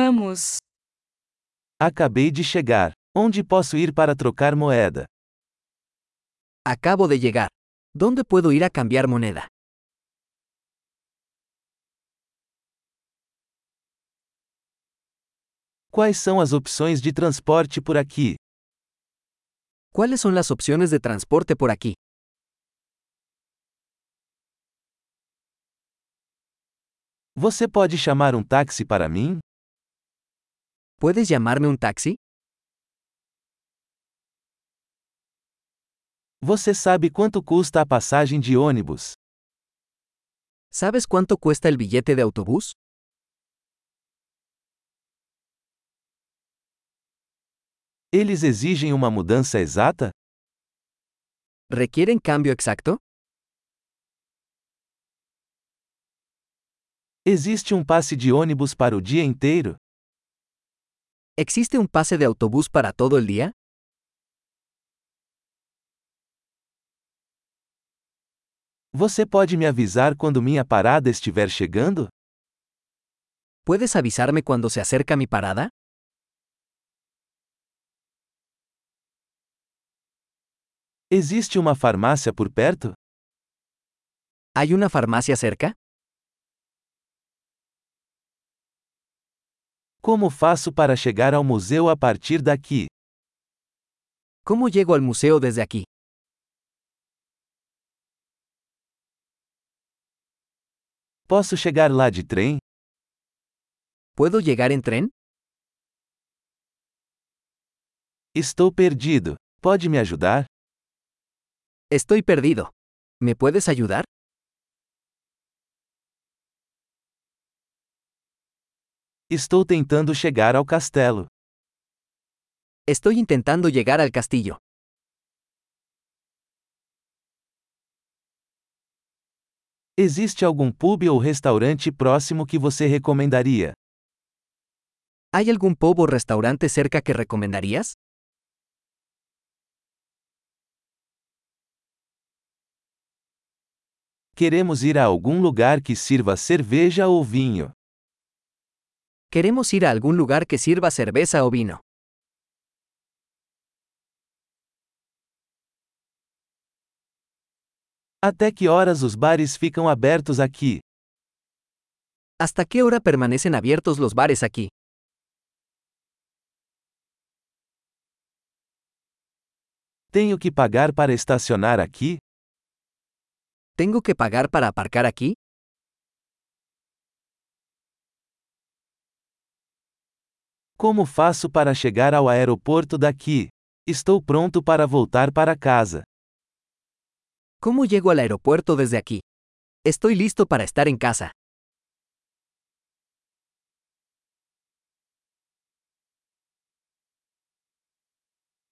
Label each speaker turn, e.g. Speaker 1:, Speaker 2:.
Speaker 1: Vamos.
Speaker 2: Acabei de chegar. Onde posso ir para trocar moeda?
Speaker 3: Acabo de llegar. ¿Dónde puedo ir a cambiar moneda?
Speaker 2: Quais são as opções de transporte por aqui?
Speaker 3: ¿Cuáles son las opciones de transporte por aquí?
Speaker 2: Você pode chamar um táxi para mim?
Speaker 3: ¿Puedes llamarme un taxi?
Speaker 2: Você sabe quanto custa a passagem de ônibus?
Speaker 3: ¿Sabes cuánto cuesta el billete de autobús?
Speaker 2: Eles exigem uma mudança exata?
Speaker 3: ¿Requieren cambio exacto?
Speaker 2: Existe um passe de ônibus para o dia inteiro?
Speaker 3: ¿Existe un pase de autobús para todo el día?
Speaker 2: Você pode me avisar quando minha parada estiver chegando?
Speaker 3: ¿Puedes avisarme cuando se acerca mi parada?
Speaker 2: Existe uma farmácia por perto?
Speaker 3: ¿Hay una farmacia cerca?
Speaker 2: Como faço para chegar ao museu a partir daqui?
Speaker 3: ¿Cómo llego al museo desde aquí?
Speaker 2: Posso chegar lá de trem?
Speaker 3: ¿Puedo llegar en tren?
Speaker 2: Estou perdido. Pode me ajudar?
Speaker 3: Estoy perdido. ¿Me puedes ayudar?
Speaker 2: Estou tentando chegar ao castelo.
Speaker 3: Estoy intentando llegar al castillo.
Speaker 2: Existe algum pub ou restaurante próximo que você recomendaria?
Speaker 3: ¿Hay algún pub o restaurante cerca que recomendarías?
Speaker 2: Queremos ir a algum lugar que sirva cerveja ou vinho.
Speaker 3: Queremos ir a algún lugar que sirva cerveza o vino.
Speaker 2: Até que horas os bares ficam abertos aqui?
Speaker 3: ¿Hasta qué hora permanecen abiertos los bares aquí?
Speaker 2: Tenho que pagar para estacionar aqui?
Speaker 3: ¿Tengo que pagar para aparcar aquí?
Speaker 2: Como faço para chegar ao aeroporto daqui? Estou pronto para voltar para casa.
Speaker 3: ¿Cómo llego al aeropuerto desde aquí? Estoy listo para estar en casa.